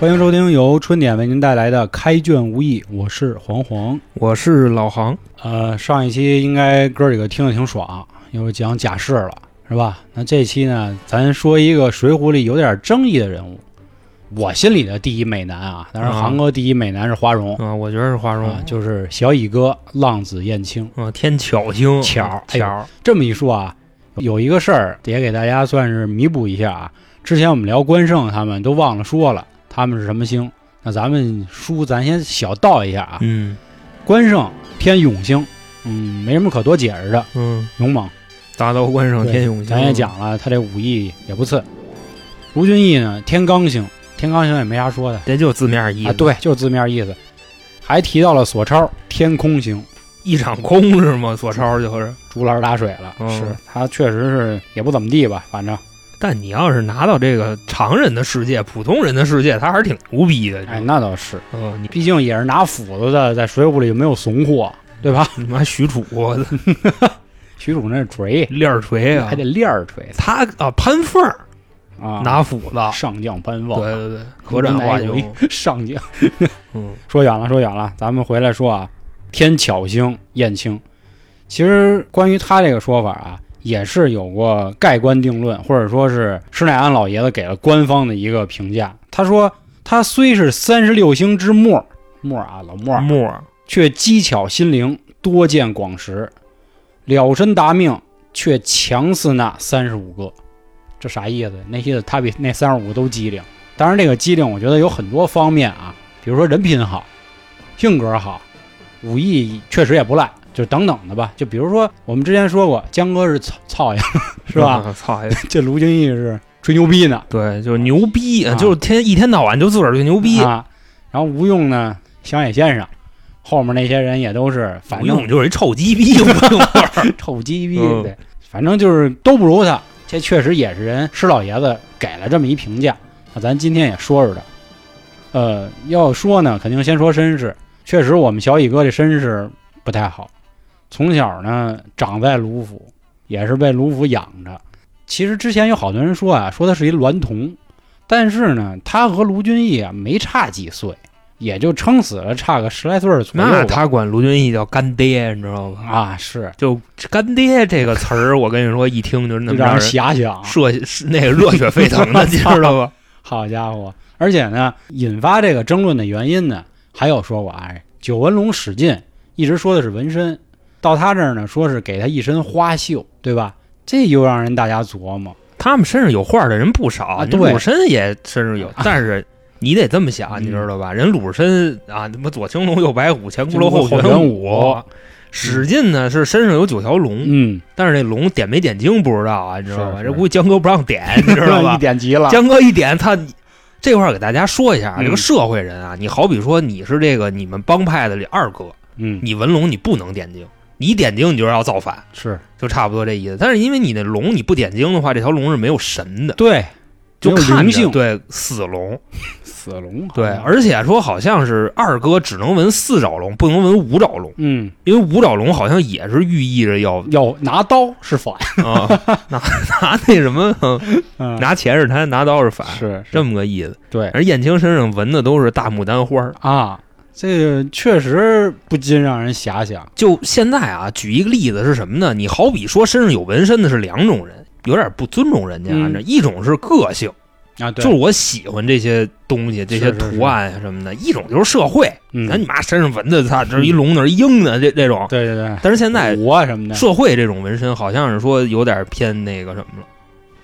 欢迎收听由春点为您带来的《开卷无益》，我是黄黄。我是老航，呃，上一期应该哥儿几个听着挺爽，因为讲假释了，是吧？那这期呢，咱说一个《水浒》里有点争议的人物，我心里的第一美男啊，当然啊航哥第一美男是花荣啊，我觉得是花荣，哦啊，就是小乙哥浪子燕青。啊，天巧星，巧哎呦巧，这么一说啊，有一个事儿也给大家算是弥补一下啊。之前我们聊关胜，他们都忘了说了，他们是什么星。那咱们书咱先小道一下啊，嗯关胜偏勇星，嗯，没什么可多解释的，嗯，勇猛。大刀关上对天永星，咱也讲了，他这武艺也不次。卢俊义呢，天罡星，天罡星也没啥说的这就字面意啊，思，，对，就是字面意思。还提到了索超，天空星，一场空是吗？索超就是，竹篮打水了，嗯是他确实是也不怎么地吧，反正但你要是拿到这个常人的世界、普通人的世界，他还是挺牛逼的，哎，那倒是，嗯，你毕竟也是拿斧子的，在水浒里没有怂货，对吧？ 你妈许褚许褚那是锤，链儿锤啊还，得链儿锤他啊潘凤儿哎啊，拿斧子，上将班对望，对对，合斩化有一雄，上将。嗯说远了，说远了，咱们回来说啊，天巧星燕青，其实关于他这个说法啊，也是有过盖棺定论，或者说是施耐庵老爷子给了官方的一个评价。他说他虽是三十六星之末，末啊老末，木儿却机巧心灵，多见广识，了身达命，却强似那三十五个。这啥意思？那意思他比那三十五都机灵。当然，这个机灵我觉得有很多方面啊，比如说人品好，性格好，武艺确实也不赖，就等等的吧。就比如说我们之前说过，江哥是操操呀， 是吧？？ 啊操！这卢俊义是吹牛逼呢，对，就是牛逼，啊就是天一天到晚就自个儿就牛逼，啊。然后吴用呢，乡野先生，后面那些人也都是反吴正用就是一臭鸡逼，吴用 是臭鸡逼，嗯对，反正就是都不如他。这确实也是人施老爷子给了这么一评价。那咱今天也说说他。呃，要说呢，肯定先说身世。确实，我们小乙哥这身世不太好，从小呢长在卢府，也是被卢府养着。其实之前有好多人说啊，说他是一娈童，但是呢，他和卢俊义啊没差几岁，也就撑死了差个十来岁儿左右吧。那他管卢俊义叫干爹，你知道吗？啊是，就干爹这个词儿，我跟你说，一听就是那就么让让人人遐想。 热是那个热血沸腾 的，你知道吧？好家伙！而且呢，引发这个争论的原因呢，还有说过，哎，九纹龙史进一直说的是纹身，到他这儿呢，说是给他一身花绣，对吧？这又让人大家琢磨，他们身上有画的人不少，啊人对鲁申也身上有，但是你得这么想，嗯你知道吧？人鲁申啊，他妈左青龙右白虎，前骷髅后后玄玄武武。史进呢是身上有九条龙，嗯，但是那龙点没点睛不知道啊，你知道是吧？是这估计江哥不让点，你知道吧？一点急了，江哥一点，他这块儿给大家说一下啊，啊嗯这个社会人啊，你好比说你是这个你们帮派的这二哥，嗯，你文龙你不能点睛，你点睛你就是要造反，是就差不多这意思。但是因为你那龙你不点睛的话，这条龙是没有神的，对，就没有看灵着性，哦对死龙，死龙，对，，而且说好像是二哥只能纹四爪龙，不能纹五爪龙，嗯，因为五爪龙好像也是寓意着要 要拿刀是反，啊拿 拿那什么，嗯， 拿钱是贪，拿刀是反，是这么个意思。对而燕青身上纹的都是大牡丹花儿。啊，这个确实不禁让人遐想，就现在啊，举一个例子是什么呢？你好比说身上有纹身的是两种人，有点不尊重人家啊。嗯这一种是个性，啊，就对是我喜欢这些东西、这些是是图案啊什么的；一种就是社会，嗯，那你妈身上纹的，操，这一龙那儿一鹰的这这种。对对对，但是现在虎啊什么的，社会这种纹身好像是说有点偏那个什么了，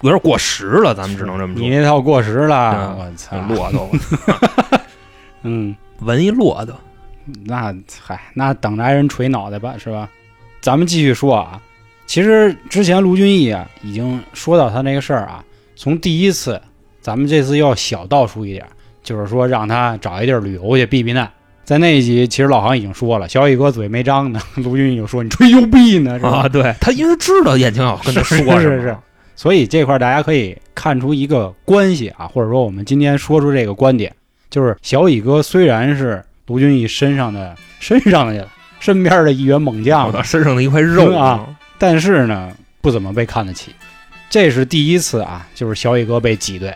有点过时了，咱们只能这么你说。那套过时了，嗯我操，骆驼嗯。 纹一骆驼，那嗨，那等着挨人锤脑袋吧，是吧？咱们继续说啊，其实之前卢俊义啊已经说到他那个事儿啊，从第一次，咱们这次要小道出一点，就是说让他找一地儿旅游去避避难。在那一集，其实老航已经说了，小雨哥嘴没张呢， 卢俊义就说你吹牛逼呢，是吧？啊，对他因为知道燕青要跟他说是是什么所以这块儿大家可以看出一个关系啊，或者说我们今天说出这个观点，就是小乙哥虽然是卢俊义身上的身上的身边的一员猛将我，身上的一块肉嗯啊，但是呢不怎么被看得起，这是第一次啊，就是小乙哥被挤兑。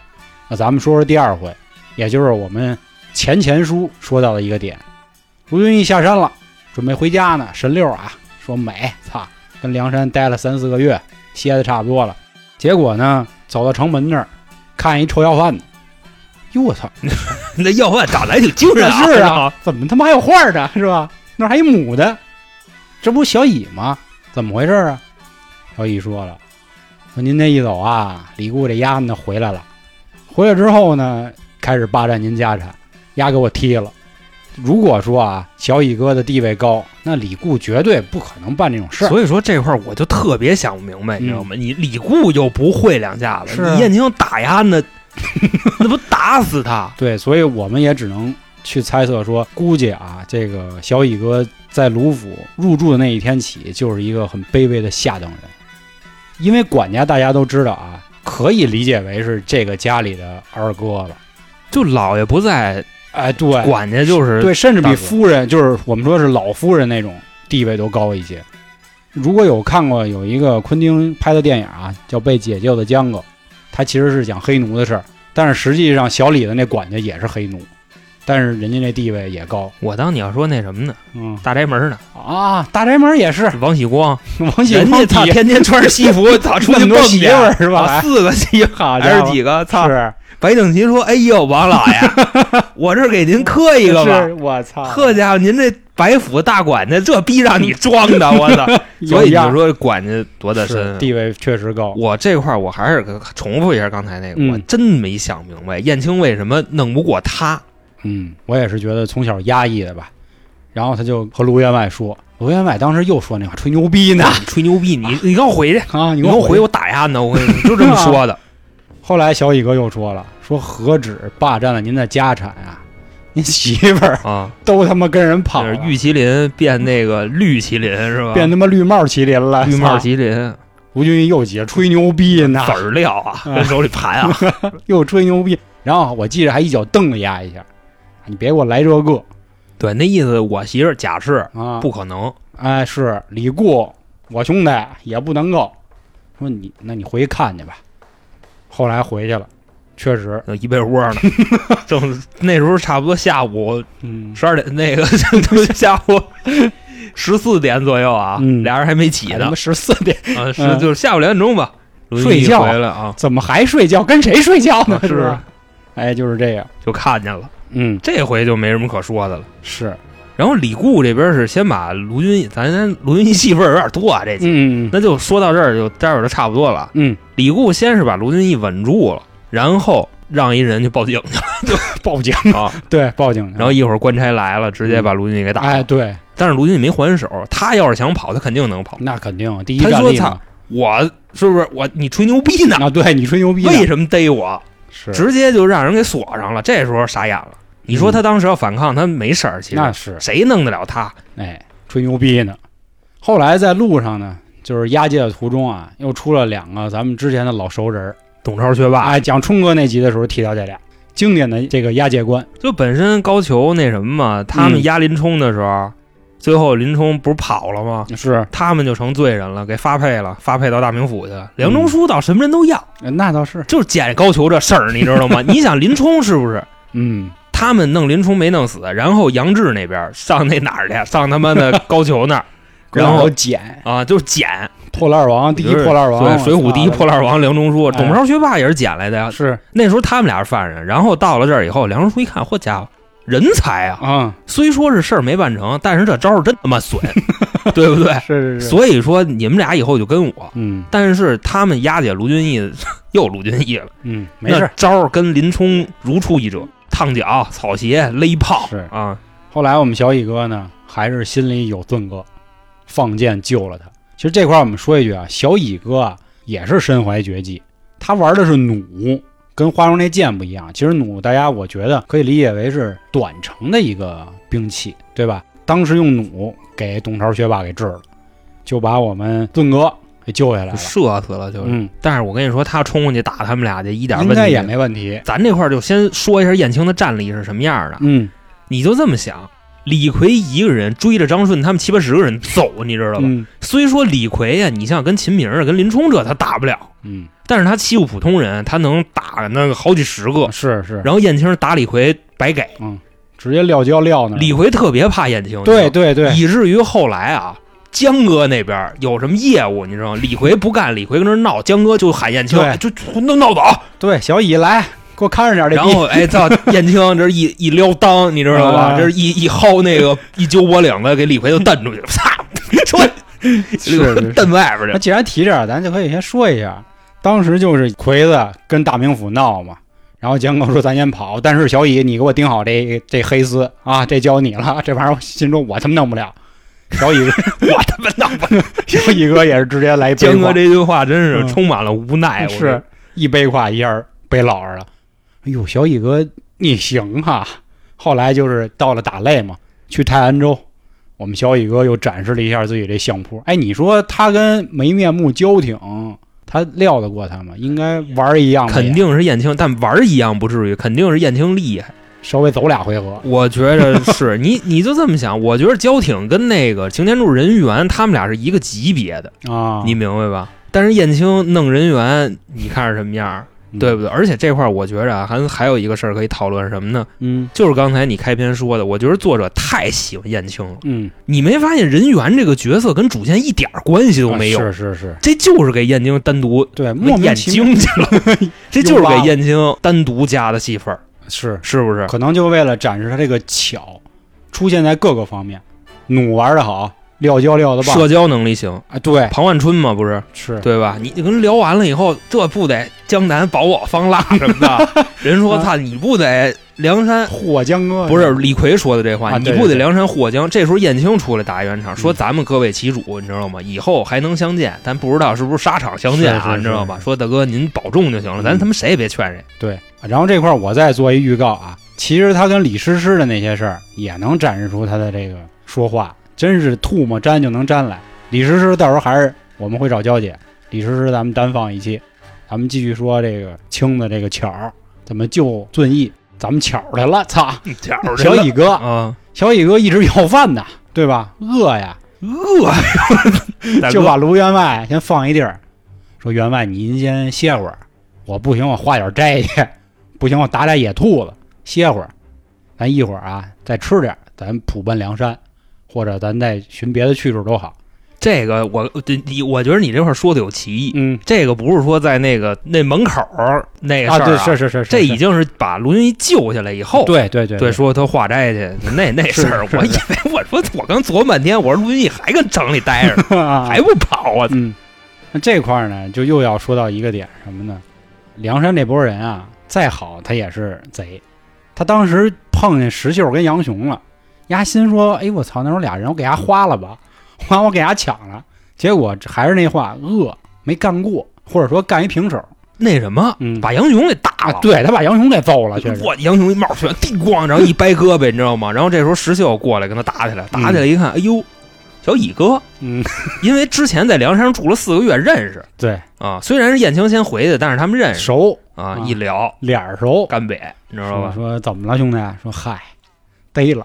那咱们说说第二回，也就是我们前前书说到的一个点。卢俊义下山了，准备回家呢。神六啊，说美，操，跟梁山待了三四个月，歇的差不多了。结果呢，走到城门那儿，看一臭要饭的，哟我操， 那要饭长得还挺精神啊，是啊，怎么他妈还有画的，是吧？那儿还一母的，这不小乙吗？怎么回事啊？小乙说了，说您这一走啊，李固这丫呢回来了，回来之后呢，开始霸占您家产，丫给我踢了。如果说啊，小乙哥的地位高，那李固绝对不可能办这种事儿。所以说这块儿我就特别想不明白，你知道吗？你李固就不会两下子，嗯是啊你燕青打压那， 那不打死他？对，所以我们也只能去猜测说，估计啊，这个小乙哥在卢府入住的那一天起，就是一个很卑微的下等人。因为管家大家都知道啊，可以理解为是这个家里的二哥了。就老爷不在，哎，对，管家就是对，甚至大比哥夫人，就是我们说是老夫人那种地位都高一些。如果有看过有一个昆汀拍的电影啊，叫《被解救的江哥》，他其实是讲黑奴的事儿，但是实际上小李的那管家也是黑奴，但是人家那地位也高。我当你要说那什么呢？嗯大宅门呢？啊，大宅门也是王喜光，王喜人光家操底下天天穿着 西服，操出那去么多蹦媳去妇儿是吧？啊四个媳妇好儿家还伙是几个？操！是白景琦说：“哎呦，王老 爷，我这儿给您磕一个吧。是，我操，呵家伙，您这白府大管家，这逼让你装的，我操！所有以你样就儿说管家多大是深？地位确实高。我这块儿我还是重复一下刚才那个，嗯我真没想明白燕青为什么弄不过 他。嗯，我也是觉得从小压抑的吧。然后他就和卢员外说，卢员外当时又说那话，吹牛逼 呢你吹牛逼，你你给我回去，啊！你你给给我我回，回。我打压呢！我跟你就这么说 的。后来小乙哥又说了，说何止霸占了您的家产啊，您媳妇儿啊，都他妈跟人跑就是了，玉麒麟变那个绿麒麟是吧？啊变他妈啊绿帽麒麟了。啊绿帽操麒麟，卢俊义又急，吹牛逼 呢籽，儿料啊，啊跟手里盘啊，又吹牛逼。然后我记着还一脚蹬了丫一下，你别给我来这个对，那意思我媳妇儿假释啊！不可能，哎，是李固，我兄弟也不能够。说你，那你回去看去吧。后来回去了，确实，一被 窝呢。正那时候差不多下午嗯，十二点，那个 下午十四点左右啊，嗯俩人还没起哎他呢妈，十四点，啊，是嗯就是下午两点钟吧，卢俊睡义觉回 来啊，怎么还睡觉？跟谁睡觉呢？啊 是吧？哎，就是这样。就看见了，嗯，这回就没什么可说的了。是，然后李固这边是先把卢俊义，咱咱卢俊义戏份儿有点多啊，这集。嗯那就说到这儿，就待会儿就差不多了。嗯，李固先是把卢俊义稳住了，然后让一人去报警去报警， 了啊。对，报警去了。 然后一会儿官差来了，直接把卢俊义给打了。哎，对，但是卢俊义没还手，他要是想跑，他肯定能跑。那肯定第一他战说力他嘛。我是不是我？你吹牛逼呢？啊，对你吹牛逼呢，为什么逮我？是嗯直接就让人给锁上了。这时候傻眼了。你说他当时要反抗，他没事儿，其实那是谁弄得了他？哎，吹牛逼呢。后来在路上呢，就是押解的途中啊，又出了两个咱们之前的老熟人儿。董超学霸哎，讲冲哥那集的时候提到这俩经典的这个押解官，就本身高俅那什么嘛，他嗯们压林冲的时候，最后林冲不是跑了吗？是他们就成罪人了，给发配了，发配到大名府去。梁中书到什么人都要，那倒是，就是捡高俅这事儿，你知道 吗？你想林冲是不是？嗯，他们弄林冲没弄死，然后杨志那边上那哪 儿去？啊上他妈的高俅那儿然后有简啊，就是捡破烂王第一破烂王，对，水浒第一破烂烂王梁中书，哎董超学霸也是捡来的呀。啊是那时候他们俩是犯人，然后到了这儿以后，梁中书一看，嚯家伙，人才啊！啊，虽说是事儿没办成，但是这招儿真他 妈损，对不对？是是是，所以说你们俩以后就跟我。嗯但是他们押解卢俊义， 又卢俊义了，嗯，没事那儿。招儿跟林冲如出一辙，烫脚、草鞋、勒炮是啊，后来我们小乙哥呢，还是心里有盾哥，放箭救了他。其实这块儿我们说一句啊，小乙哥啊也是身怀绝技，他玩的是弩，跟花荣那箭不一样。其实弩大家我觉得可以理解为是短程的一个兵器，对吧？当时用弩给董超学霸给治了，就把我们盾哥给救下来就了。射死了就是。嗯，但是我跟你说，他冲过去打他们俩去，一点应问题该没也有。没问题。咱这块儿就先说一下燕青的战力是什么样的，嗯你就这么想。李逵一个人追着张顺他们七八十个人走，你知道吧？嗯啊虽说李逵呀、你像跟秦明儿、跟林冲这他打不了，嗯，但是他欺负普通人，他能打那个好几十个。是是，然后燕青打李逵白给，直接撂跤撂那儿。李逵特别怕燕青，嗯对你知对道吗，对，以至于后来啊，江哥那边有什么业务，你知道吗？李逵不干，李逵跟那儿闹，江哥就喊燕青，对哎就就闹闹走。对，小乙来给我看着点儿这然逼。后哎， 操，燕青这一一撩裆，你知道吧？啊这一一薅那个一揪脖领子，给李逵就蹬出去了， 啪，说是是 蹬外边去那了。既然提这儿，咱就可以先说一下，当时就是魁子跟大名府闹嘛，然后江哥说咱先跑，但是小乙你给我盯好这这黑丝啊，这交你了，这玩意儿我心中我他妈弄不了。小乙 我他妈闹！小乙哥也是直接来一背哎江哥胯，这句话真是嗯充满了无奈，我觉得是一背胯一下背老实了。哎呦，小乙哥你行哈、后来就是到了打擂嘛，去泰安州，我们小乙哥又展示了一下自己这相扑。哎，你说他跟梅面目交挺，他料得过他吗？应该玩儿一样吧，肯定是燕青，但玩儿一样不至于，肯定是燕青厉害。稍微走俩回合。我觉着是你，你就这么想。我觉得焦挺跟那个擎天柱人猿，他们俩是一个级别的，啊，你明白吧？但是燕青弄人猿，你看是什么样儿，嗯对不？对？而且这块儿我觉着啊，还还有一个事儿可以讨论什么呢？嗯就是刚才你开篇说的，我觉得作者太喜欢燕青了。嗯，你没发现人猿这个角色跟主线一点儿关系都没有，啊是是是，这就是给燕青单独对，莫名眼其妙睛去了， 这就是给燕青单独加的戏份儿，是，是不是？可能就为了展示他这个巧，出现在各个方面，弩玩的好，撂跤撂的棒社交能力行，啊，对，庞万春嘛，不是是对吧？你你跟人聊完了以后，这不得江南保我方腊什么 的？人说啊他你不得梁山？霍江哥不是李逵说的这话，啊你对不对得嗯对梁山获江？这时候燕青出来打圆场，说咱们各为其主，你知道吗？以后还能相见，咱不知道是不是沙场相见是是啊，是你知道吧？说大哥您保重就行了，嗯咱他妈谁也别劝谁。对，然后这块儿我再做一预告啊，其实他跟李师师的那些事儿也能展示出他的这个说话，真是吐沫沾就能沾来。李师师到时候还是我们会找娇姐，李师师咱们单放一期，咱们继续说这个青的这个巧儿怎么救遵义，咱们巧儿来了，操！嗯小乙哥，啊，小乙哥一直要饭呐，对吧？饿呀，饿呀就把卢员外先放一地儿，说员外您先歇会儿，我不行我画点斋去，不行我打俩野兔子歇会儿，咱一会儿啊再吃点儿，咱普奔梁山，或者咱再寻别的去处都好。这个我这你我觉得你这块儿说的有歧义，嗯，这个不是说在那个那门口儿那个啊事儿、对是是是是，这是已经是把卢俊义救下来以后，对对对对说他化斋去那那是事儿，是我以为我说我刚琢磨半天，我说卢俊义还跟城里待着呢，还不跑啊？ 嗯，那这块儿呢，就又要说到一个点，什么呢？梁山这波人啊，再好他也是贼。他当时碰见石秀跟杨雄了，丫心说：“哎，我操，那时候俩人，我给丫花了吧，花我给丫抢了。”结果还是那话，饿没干过，或者说干一平手。那什么，嗯，把杨雄给打啊了，，对他把杨雄给揍了，确实。我杨雄一冒出来，叮咣，然后一掰胳膊，你知道吗？然后这时候石秀过来跟他打起来，打起来一看，哎呦，小乙哥，嗯，因为之前在梁山住了四个月，认识对，啊，虽然是燕青先回去，但是他们认识熟啊啊，一聊。脸儿熟，干瘪，你知道说吧？说怎么了，兄弟？说嗨，逮了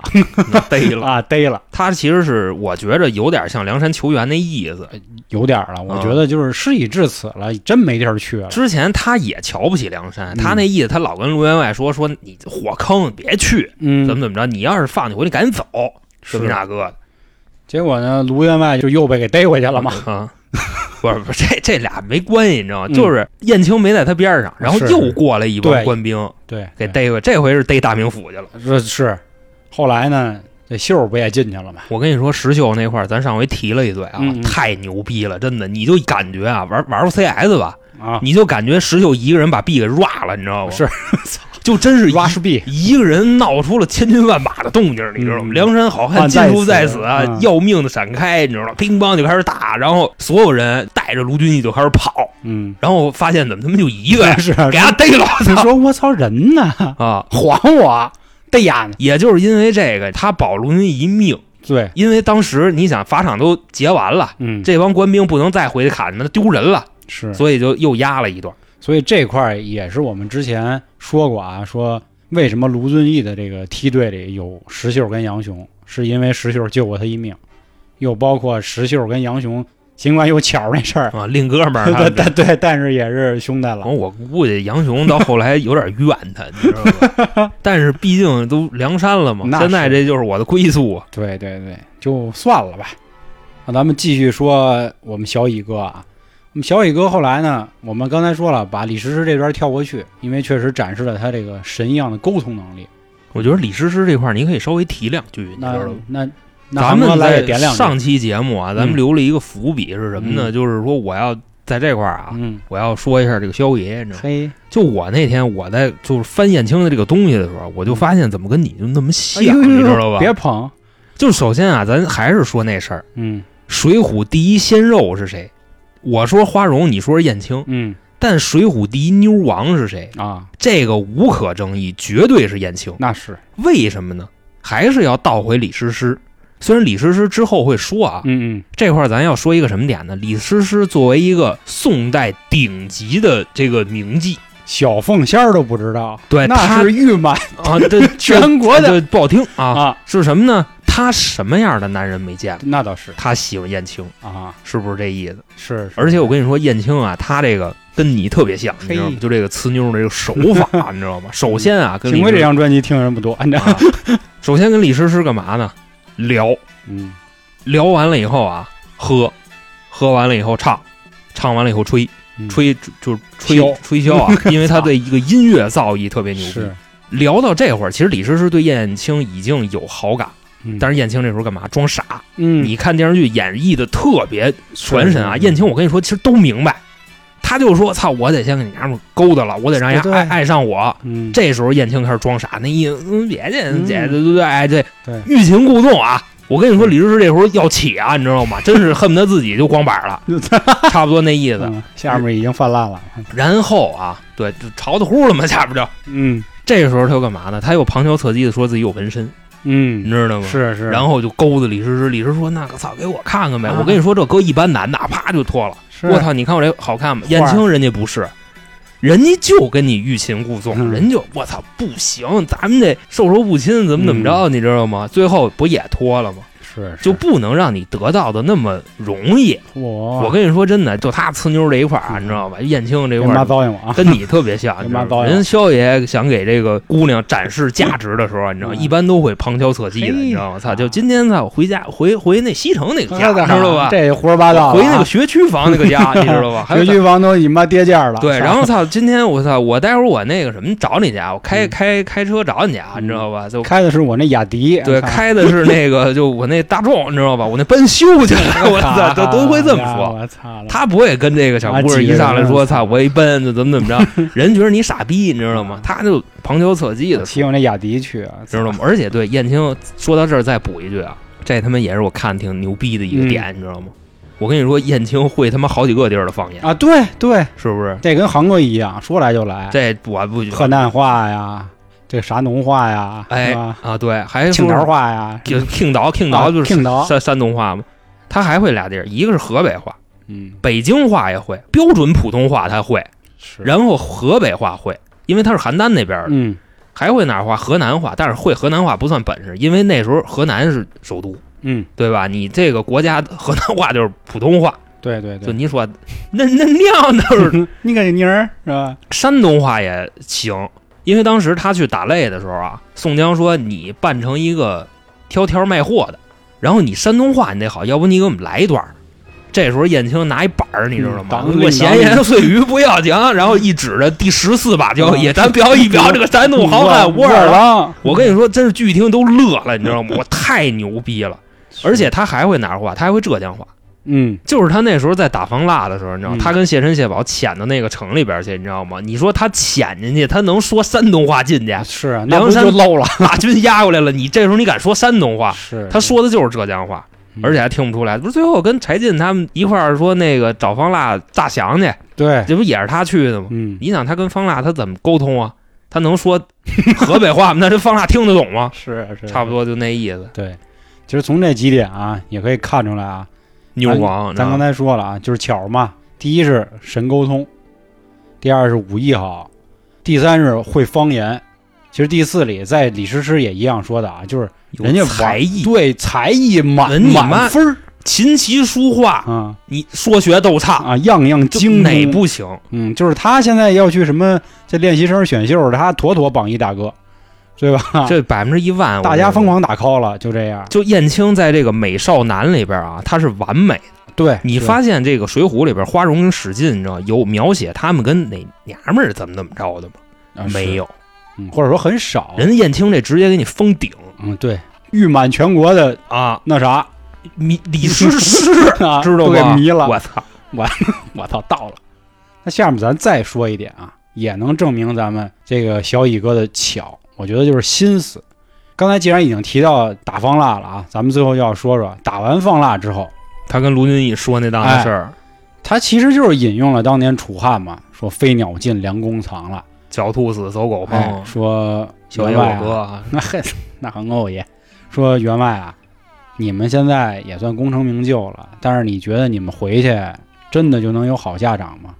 逮了。 啊，逮了。他其实是我觉着有点像梁山球员那意思。有点儿了，我嗯觉得就是事已至此了，真没地儿去了。之前他也瞧不起梁山，啊嗯他那意思他老跟卢员外说说你火坑别去，嗯，怎么怎么着，你要是放你回去赶紧走，是这么大哥结果呢，卢员外就又被给逮回去了嘛。啊。 不是不是， 这这俩没关系，你知道吗？嗯就是燕青没在他边上，然后是又过来一帮对官兵对，给逮回，这回是逮大名府去了。这是。后来呢，这秀儿不也进去了嘛？我跟你说，石秀那块儿，咱上回提了一嘴啊，嗯嗯太牛逼了，真的，你就感觉啊，玩玩过 CS 吧，啊，你就感觉石秀一个人把 B 给 ra 了，你知道吗？是， 就 真是一抓石壁，一个人闹出了千军万马的动静，你知道吗？嗯梁山好汉万尽在如此在此啊嗯，要命的闪开，你知道吗？乒乓就开始打，然后所有人带着卢俊义就开始跑，嗯，，然后发现怎么他妈就一个呀 是啊。给他逮了，你操说我操，人呢？啊！ 还我，逮呀呢！也就是因为这个，他保卢俊义一命，对，因为当时你想法场都结完了。嗯，这帮官兵不能再回去砍他们，丢人了，是。所以就又压了一段。所以这块儿也是我们之前说过啊，说为什么卢俊义的这个梯队里有石秀跟杨雄，是因为石秀救过他一命，又包括石秀跟杨雄尽管有巧那事儿，啊，另哥们儿他 对们这。但对，但是也是兄弟了反。正我估计杨雄到后来有点怨他，你知道 吧？但是毕竟都梁山了嘛那，是现在这就是我的归宿啊。对对对，就算了吧。那咱们继续说我们小乙哥啊，我们小乙哥后来呢，我们刚才说了，把李师师这边跳过去，因为确实展示了他这个神一样的沟通能力。我觉得李师师这块儿你可以稍微提两句，你知那道吗？那那咱韩哥们来在也点嗯亮上期节目啊，咱们留了一个伏笔是什么呢？就是说我要在这块儿啊，嗯，我要说一下这个萧爷爷，你知道吗？嘿，就我那天我在就是翻燕青的这个东西的时候，嗯我就发现怎么跟你就那么哎像，你知道吧？别捧，就首先啊，咱还是说那事儿，嗯《水浒》第一鲜肉是谁？我说花荣，你说是燕青，嗯但《水浒》第一妞王是谁？啊，这个无可争议，绝对是燕青。那是，为什么呢？还是要倒回李师师。虽然李师师之后会说啊，嗯嗯，这块儿咱要说一个什么点呢？李师师作为一个宋代顶级的这个名妓，小凤仙儿都不知道，对那他是誉满啊，这 全国的这不好听啊，啊，是什么呢？他什么样的男人没见过？那倒是他喜欢燕青，啊，是不是这意思？是，是而且我跟你说，燕青啊，她这个跟你特别像，你知道吗嘿？就这个雌妞的这个手法，你 知道吗？首先啊，跟幸李亏这师张专辑听的人不多，按照啊，首先跟李师师干嘛呢？聊嗯聊完了以后啊，喝，喝完了以后唱，唱完了以后吹，嗯吹就是吹箫吹 箫啊，因为他对一个音乐造诣特别牛逼是。，聊到这会儿，其实李师师对燕青已经有好感，嗯但是是燕青这时候干嘛？装傻。嗯你看电视剧演绎的特别传神啊。是是是燕青，我跟你说，其实都明白。他就说：“操，我得先给你娘们儿勾搭了，我得让人家对对爱爱上我。”嗯这时候燕青开始装傻，那意思嗯别介，嗯姐，对对对，哎对对，欲擒故纵啊！我跟你说，李师师这时候要起啊，你知道吗？真是恨不得自己就光板了，差不多那意思。嗯下面已经泛滥了，然后啊，对，就潮的呼了嘛，下边就嗯这时候他又干嘛呢？他又旁敲侧击的说自己有纹身，你嗯，知道吗？是是，然后就勾搭李师师，李师师说：“那个操，给我看看呗！”啊我跟你说，这搁一般男的，啪就脱了。是我，操，你看我这好看吗？画儿燕青人家不是，人家就跟你欲擒故纵，嗯人就我操不行，咱们得授受不亲，怎么怎么着，你知道吗？最后不也脱了吗？嗯是是就不能让你得到的那么容易。我我跟你说真的，就他呲妞这一块儿啊，嗯你知道吧？燕青这别块妈儿。糟践我啊， 跟你特 别像，别你知道妈糟吗？践人肖爷想给这个姑娘展示价值的时候，你知道，嗯一般都会旁敲侧击的，嘿你知道吗？操，就今天操，我回家回回那西城那个家，他干啥知道吧？这胡说八道了啊，回那个学区房那个家，你知 道吧？还有学区房都你妈跌价了，对，操然后操，今天我操，我待会儿我那个什么找你去啊，我开嗯开开车找你去啊，嗯你知道吧？就开的是我那雅迪，对，操开的是那个就我那大众，你知道吧？我那奔修 去了，我操，都都会这么啊说。我操，他不会跟这个小姑儿一上来说啊操，我一奔就怎么怎么 着，人觉得你傻逼，你知道吗？他就旁敲侧击的，骑我那雅迪去，啊知道吗？而且对燕青说到这儿再补一句啊，这他妈也是我看挺牛逼的一嗯个点，你知道吗？我跟你说，燕青会他妈好几个地儿的方言，啊，对对，是不是？这跟韩国一样，说来就来，这我不河南话呀，这啥农话呀，哎是吧啊，对，还青说岛话呀，就庆岛，庆啊岛就是青岛，山山东话嘛。他还会俩地儿，一个是河北话，嗯，北京话也会，标准普通话他会，是，然后河北话会，因为他是邯郸那边的，嗯还会哪儿话？河南话，但是会河南话不算本事，因为那时候河南是首都，嗯，对吧？你这个国家河南话就是普通话，对对就对，你说那那那样都是 你个妮儿是吧？山东话也行，因为当时他去打擂的时候啊，宋江说你扮成一个挑挑卖货的，然后你山东话你得好，要不你给我们来一段儿。这时候燕青拿一板儿，你知道嗯吗挡？着我你闲言碎语不要讲，然后一指着第十四把交椅，嗯咱表一表这个山东好汉武武二郎。郎，我跟你说，真是剧听都乐了，你知道吗？我太牛逼 了！而且他还会哪儿话？他还会浙江话。嗯，就是他那时候在打方腊的时候，你知道，嗯他跟谢神谢宝潜到那个城里边去，你知道吗？你说他潜进去，他能说山东话进去？是啊，那梁不山就漏了？大军压过来了，你这时候你敢说山东话？是他，说的就是浙江话，嗯而且还听不出来。不是最后跟柴进他们一块儿说那个找方腊诈降去， 对，这不也是他去的吗？哎嗯，你想他跟方腊他怎么沟通啊？他能说河北话吗？那这方腊听得懂吗？是啊是啊，差不多就那意思。对。其实从这几点啊，也可以看出来啊，妞王，你知咱道吗刚才说了啊，就是巧嘛。第一是神沟通，第二是武艺好，第三是会方言。其实第四里在李师师也一样说的啊，就是有人家玩才艺，对才艺满文你妈满分儿琴棋书画，啊你说学逗唱，啊，样样就精通哪不行？嗯，就是他现在要去什么这练习生选秀，他妥妥榜一大哥，对吧？这百分之一万，啊 大家疯狂狂。打 call 了，就这样。就燕青在这个美少男里边啊，他是完美的。对你对发现这个《水浒》里边，花荣跟史进，你知道有描写他们跟哪娘们儿怎么怎么着的吗？啊没是有，嗯或者说很少。人家燕青这直接给你封顶嗯，对，誉满全国的啊！那啥，迷李师师 啊知道都给吧？迷了。我操！我操，到了。那下面咱再说一点啊，也能证明咱们这个小乙哥的巧，我觉得就是心思。刚才既然已经提到打方腊了啊，咱们最后要说说打完方腊之后，他跟卢俊义说那档哎子事儿，他其实就是引用了当年楚汉嘛，说飞鸟尽，良弓藏了，狡兔死，走狗哎烹，，说哦小员野外我哥啊，啊，那嘿，那很 欧耶，说员外啊，你们现在也算功成名就了，但是你觉得你们回去真的就能有好下场吗？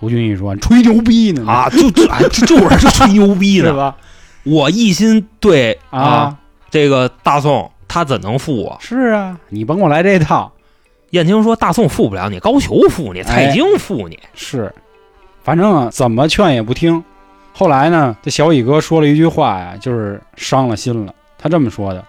卢俊义说：“你吹牛逼呢，啊，就就哎这就是这 吹牛逼对呢！吧？我一心对啊，这个大宋，他怎能负我？是啊，你甭给我来这套。燕青说大宋负不了你，高俅负哎你，蔡京负你， 是，反正啊，怎么劝也不听。后来呢，这小乙哥说了一句话呀，就是伤了心了。他这么说的：“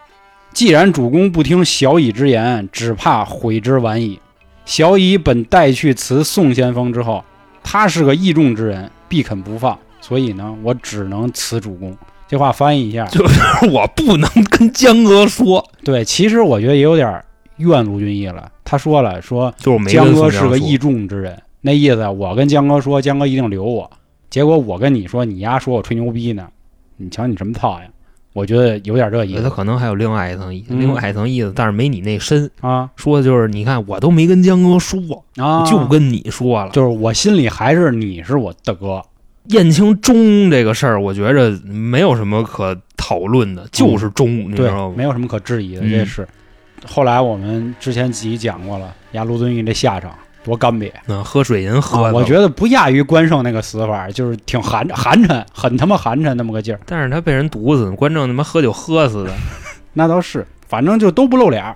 既然主公不听小乙之言，只怕悔之晚矣。小乙本带去辞宋先锋之后，他是个意重之人，必肯不放，所以呢，我只能辞主公。”这话翻译一下，我不能跟江哥说，对，其实我觉得也有点怨卢俊义了。他说了，说就是没江跟哥宋是江个说义重之人，那意思啊我跟江哥说，江哥一定留我。结果我跟你说，你丫说我吹牛逼呢，你瞧你什么操呀？我觉得有点这意对他思可能还有另外一层意，嗯另外一层意思，但是没你那深。啊说的就是，你看我都没跟江哥说，啊！就跟你说了。就是我心里还是你是我的哥，燕青忠这个事儿，我觉着没有什么可讨论的，就是忠，嗯你知对道，吗没？有什么可质疑的，嗯这是。后来我们之前几集讲过了，压卢尊义这下场多干瘪。嗯，喝水银喝啊的，我觉得不亚于关胜那个死法，就是挺寒寒碜，很他妈寒碜那么个劲儿。但是他被人毒死，关正他妈喝酒喝死的。 那倒是，反正就都不露脸儿。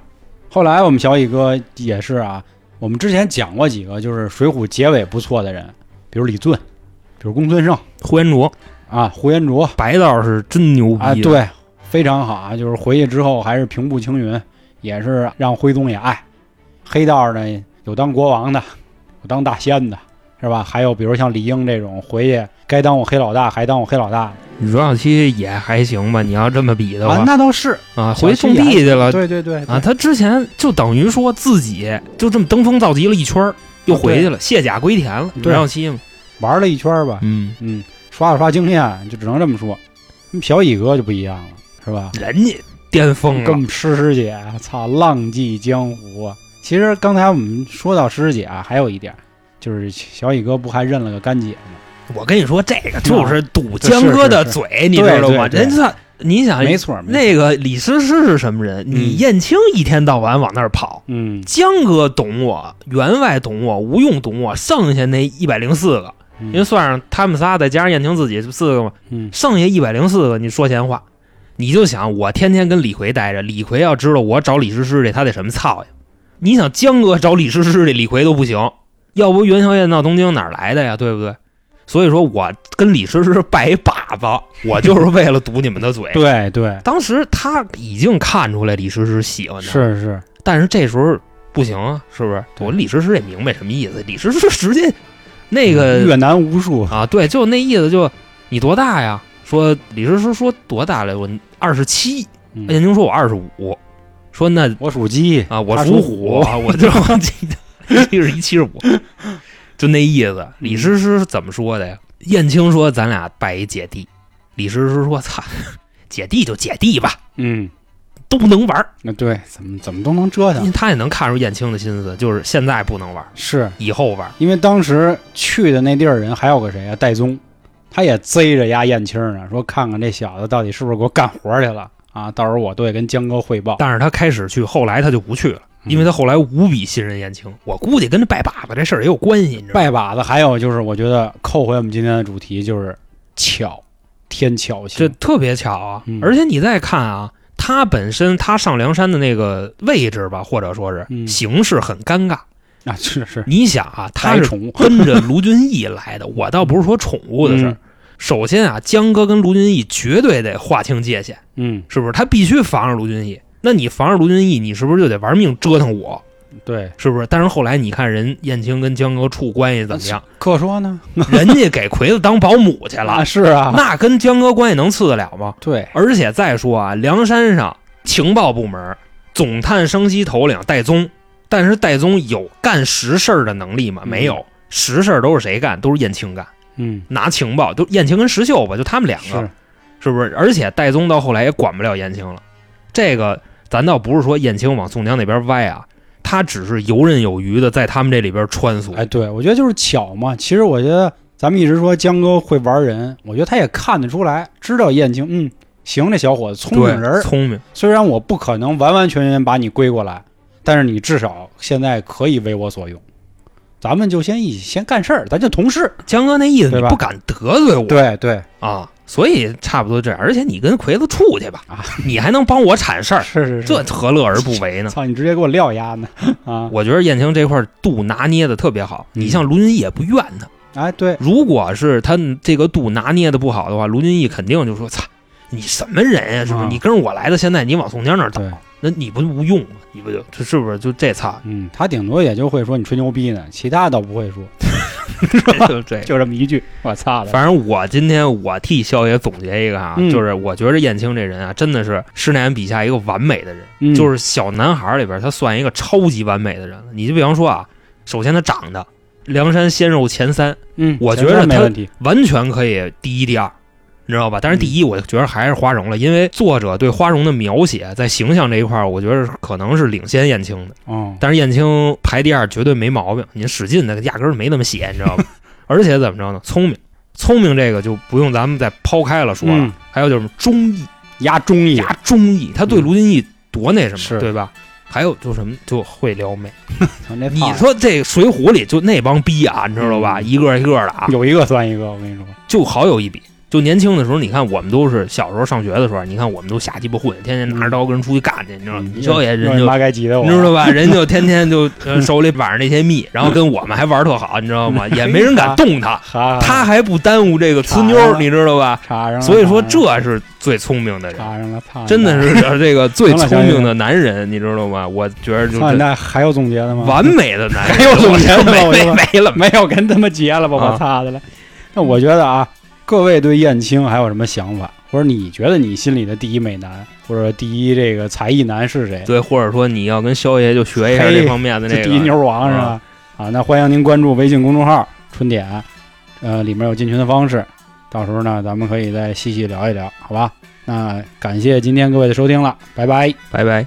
后来我们小乙哥也是啊，我们之前讲过几个就是《水浒》结尾不错的人，比如李俊，比如公孙胜呼延灼啊，胡延灼白道是真牛啊，逼的，对，非常好啊。就是回去之后还是平步青云，也是让徽宗也爱。黑道呢，有当国王的，有当大仙的，是吧？还有比如像李应这种回去该当我黑老大，还当我黑老大阮小七也还行吧，你要这么比的啊，话那倒是，啊，回去种地去了对对对啊，，他之前就等于说自己就这么登峰造极了一圈儿，又回去了，卸甲归田了，啊对阮小七嘛，玩了一圈儿吧，嗯，嗯，刷了刷经验，就只能这么说。那么小乙哥就不一样了，是吧？人家巅峰嗯啊了，更诗诗姐，操，浪迹江湖啊！其实刚才我们说到诗诗姐啊，还有一点就是小乙哥不还认了个干姐吗？我跟你说，这个就是堵江是是哥的是嘴，你知道吗？对对人家你想，没错，没错哎那个李师师是什么人？你燕青一天到晚往那儿跑，嗯江哥懂我，员外懂我，吴用懂我，剩下那一百零四个，嗯您算上他们仨，再加上燕青自己四个嘛，嗯。剩下一百零四个，你说闲话，你就想我天天跟李逵待着，李逵要知道我找李师师去，他得什么操呀？你想江哥找李师师去，李逵都不行，要不元宵夜闹东京哪儿来的呀？对不对？所以说我跟李师师拜一把子，我就是为了堵你们的嘴 对对，当时他已经看出来李师师喜欢他，是是，但是这时候不行啊，是不是？对我李师师也明白什么意思，李师师直接 那个嗯越南无数，啊，对，就那意思就，你多大呀？说李师师说多大来？我二十七，嗯燕青说我二十五，说那我属鸡，啊，我他属属 虎，啊我就七 十一七十五，就那意思。嗯李师师是怎么说的呀？燕青说咱俩拜一姐弟，李师师说操， 姐弟就姐弟吧，嗯，都能玩儿，那对，怎么怎么都能折因腾为，他也能看出燕青的心思，就是现在不能玩儿，是以后玩儿。因为当时去的那地儿人还有个谁啊，戴宗，他也贼着压燕青呢，说看看这小子到底是不是给我干活去了啊，到时候我都得跟江哥汇报。但是他开始去，后来他就不去了，嗯因为他后来无比信任燕青。我估计跟这拜把子这事儿也有关系，你知道吗？拜把子，还有就是我觉得扣回我们今天的主题，就是巧，天巧这星，特别巧啊！嗯而且你再看啊，他本身他上梁山的那个位置吧，或者说是嗯形势很尴尬。啊，是是，你想啊，他太 是宠物跟着卢俊义来的，我倒不是说宠物的事嗯儿。首先啊，江哥跟卢俊义绝对得划清界限，嗯，是不是？他必须防着卢俊义。那你防着卢俊义，你是不是就得玩命折腾我？嗯对。是不是？但是后来你看人燕青跟江哥处关系怎么样？客说呢？人家给奎子当保姆去啊，了，是啊，那跟江哥关系能次得了吗？对，而且再说啊，梁山上情报部门总探生息头领戴宗，但是戴宗有干实事儿的能力吗？嗯没有，实事儿都是谁干？都是燕青干，嗯，拿情报都燕青跟石秀吧，就他们两个，是，是不是？而且戴宗到后来也管不了燕青了。这个咱倒不是说燕青往宋江那边歪啊，他只是游刃有余的在他们这里边穿梭。哎，对，我觉得就是巧嘛。其实我觉得咱们一直说江哥会玩人，我觉得他也看得出来，知道燕青，嗯，行，这小伙子聪明人对，儿。聪明，虽然我不可能完完全全把你归过来，但是你至少现在可以为我所用。咱们就先一起先干事儿，咱就同事。江哥那意思对你吧不敢得罪我，对对，啊，所以差不多这样。而且你跟奎子处去吧，啊你还能帮我铲事儿， 是是是，这何乐而不为呢？操，你直接给我撂丫呢啊！我觉得燕青这块度拿捏的特别好。嗯你像卢俊义也不怨他，哎，对，如果是他这个度拿捏的不好的话，卢俊义肯定就说：“操，你什么人呀、是不是？啊你跟着我来的，现在你往宋江那儿倒对，？那你不无用吗？你不就这是不是就这操 嗯，他顶多也就会说你吹牛逼呢，其他倒不会说，就这。”就这么一句，我操了，反正我今天我替肖爷总结一个啊，嗯就是我觉得燕青这人啊，真的是施耐庵笔下一个完美的人。嗯就是小男孩里边，他算一个超级完美的人了。你就比方说啊，首先他长得梁山鲜肉前三，嗯，我觉前得面没他问题，完全可以第一、第二，你知道吧？但是嗯第一，我觉得还是花荣了，因为作者对花荣的描写在形象这一块儿，我觉得可能是领先燕青的。哦，但是燕青排第二绝对没毛病，您使劲的压根儿没那么写，你知 道吧？而且怎么着呢？聪明，聪明这个就不用咱们再抛开了说了。嗯还有就是忠义，压中意，压忠义，他对嗯卢俊义多那什么，是对吧？还有就什么就会撩妹，从这你胖子说这《水浒》里就那帮逼啊，你知道吧？哎嗯一个一个的啊，有一个算一个，我跟你说，就好有一比。就年轻的时候，你看我们都是小时候上学的时候，你看我们都瞎鸡巴混，天天拿着刀跟人出去干去，你知道吗？嗯小野人让你就妈该急的我，你知道吧？人就天天就呃 手里挽着那些蜜，然后跟我们还玩儿特好，你知 道吗？也没人敢动他，哈，他还不耽误这个呲妞查儿，了你知道吧？插上了，所以说这是最聪明的人。插上了，操，真的是呃这个最行了聪明的男人，你知道吗？我觉得就操，你是那还有总结的吗？完美的男 人，还有总结吗没我就没说没了，没有跟他们结了吧？啊我擦的了。那我觉得啊，各位对燕青还有什么想法，或者你觉得你心里的第一美男，或者第一这个才艺男是谁？对，或者说你要跟肖爷就学一下嘿这方面的这这第一个，牛王是吧？啊，那欢迎您关注微信公众号“春点”，呃，里面有进群的方式，到时候呢，咱们可以再细细聊一聊，好吧？那感谢今天各位的收听了，拜拜。拜拜。